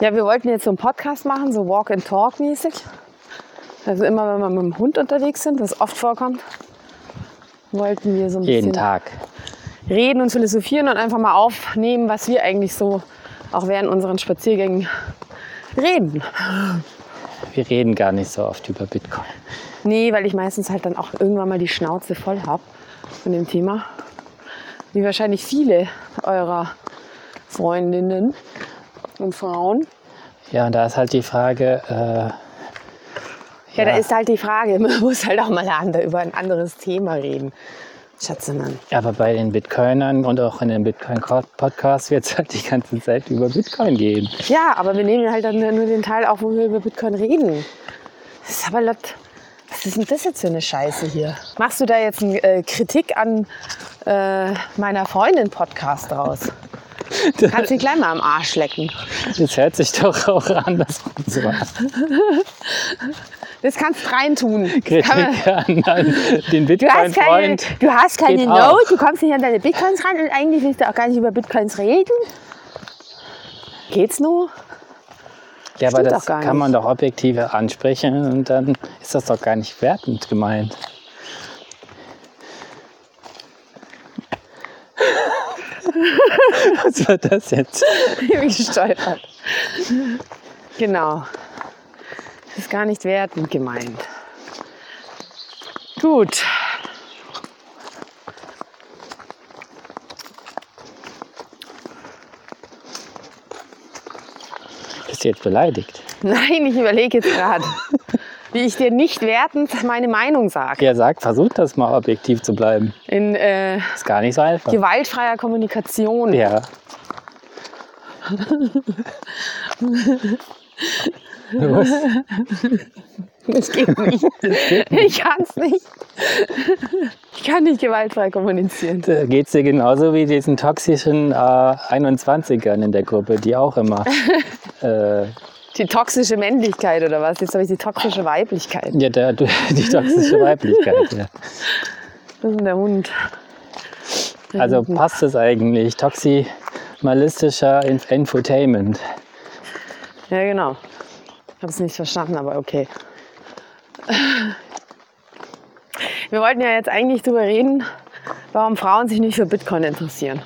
Ja, wir wollten jetzt so einen Podcast machen, so Walk and Talk mäßig. Also immer, wenn wir mit dem Hund unterwegs sind, was oft vorkommt, wollten wir so ein Jeden bisschen Tag. reden und philosophieren und einfach mal aufnehmen, was wir eigentlich so auch während unseren Spaziergängen reden. Wir reden gar nicht so oft über Bitcoin. Nee, weil ich meistens halt dann auch irgendwann mal die Schnauze voll habe von dem Thema. Wie wahrscheinlich viele eurer Freundinnen und Frauen. Ja, und da ist halt die Frage, äh, Ja, da Ja. ist halt die Frage, man muss halt auch mal ander- über ein anderes Thema reden. Schatzemann. aber bei den Bitcoinern und auch in den Bitcoin-Podcasts wird es halt die ganze Zeit über Bitcoin gehen. Ja, aber wir nehmen halt dann nur den Teil auf, wo wir über Bitcoin reden. Das ist aber latt. Was ist denn das jetzt für eine Scheiße hier? Machst du da jetzt eine äh, Kritik an äh, meiner Freundin Podcast draus? Kannst dich gleich mal am Arsch lecken. Das hört sich doch auch andersrum so an. Das kannst reintun. Das kann man- Kritik an, an den Du hast keine, Bitcoin-Freund. du hast keine geht Note, auch. du kommst nicht an deine Bitcoins ran und eigentlich willst du auch gar nicht über Bitcoins reden. Geht's nur? Ja, aber Stimmt das doch gar kann man doch objektiv ansprechen und dann ist das doch gar nicht wertend gemeint. Was war das jetzt? Ewig gestolpert. Genau. Ist gar nicht wertend gemeint. Gut. Bist du jetzt beleidigt? Nein, ich überlege jetzt gerade, wie ich dir nicht wertend meine Meinung sage. Ja, sag, versuch das mal objektiv zu bleiben. In äh, Ist gar nicht so einfach. gewaltfreier Kommunikation. Ja. Los. Ich geht nicht. Ich kann's nicht. Ich kann nicht gewaltfrei kommunizieren. Äh, Geht's dir genauso wie diesen toxischen äh, 21ern in der Gruppe, die auch immer. äh, Die toxische Männlichkeit oder was? Jetzt habe ich die toxische Weiblichkeit. ja, der, du- die toxische Weiblichkeit. Ja. Das ist denn der Hund. Also passt es eigentlich? Toximalistischer Inf- Infotainment. Ja, genau. Ich habe es nicht verstanden, aber okay. Wir wollten ja jetzt eigentlich darüber reden, warum Frauen sich nicht für Bitcoin interessieren.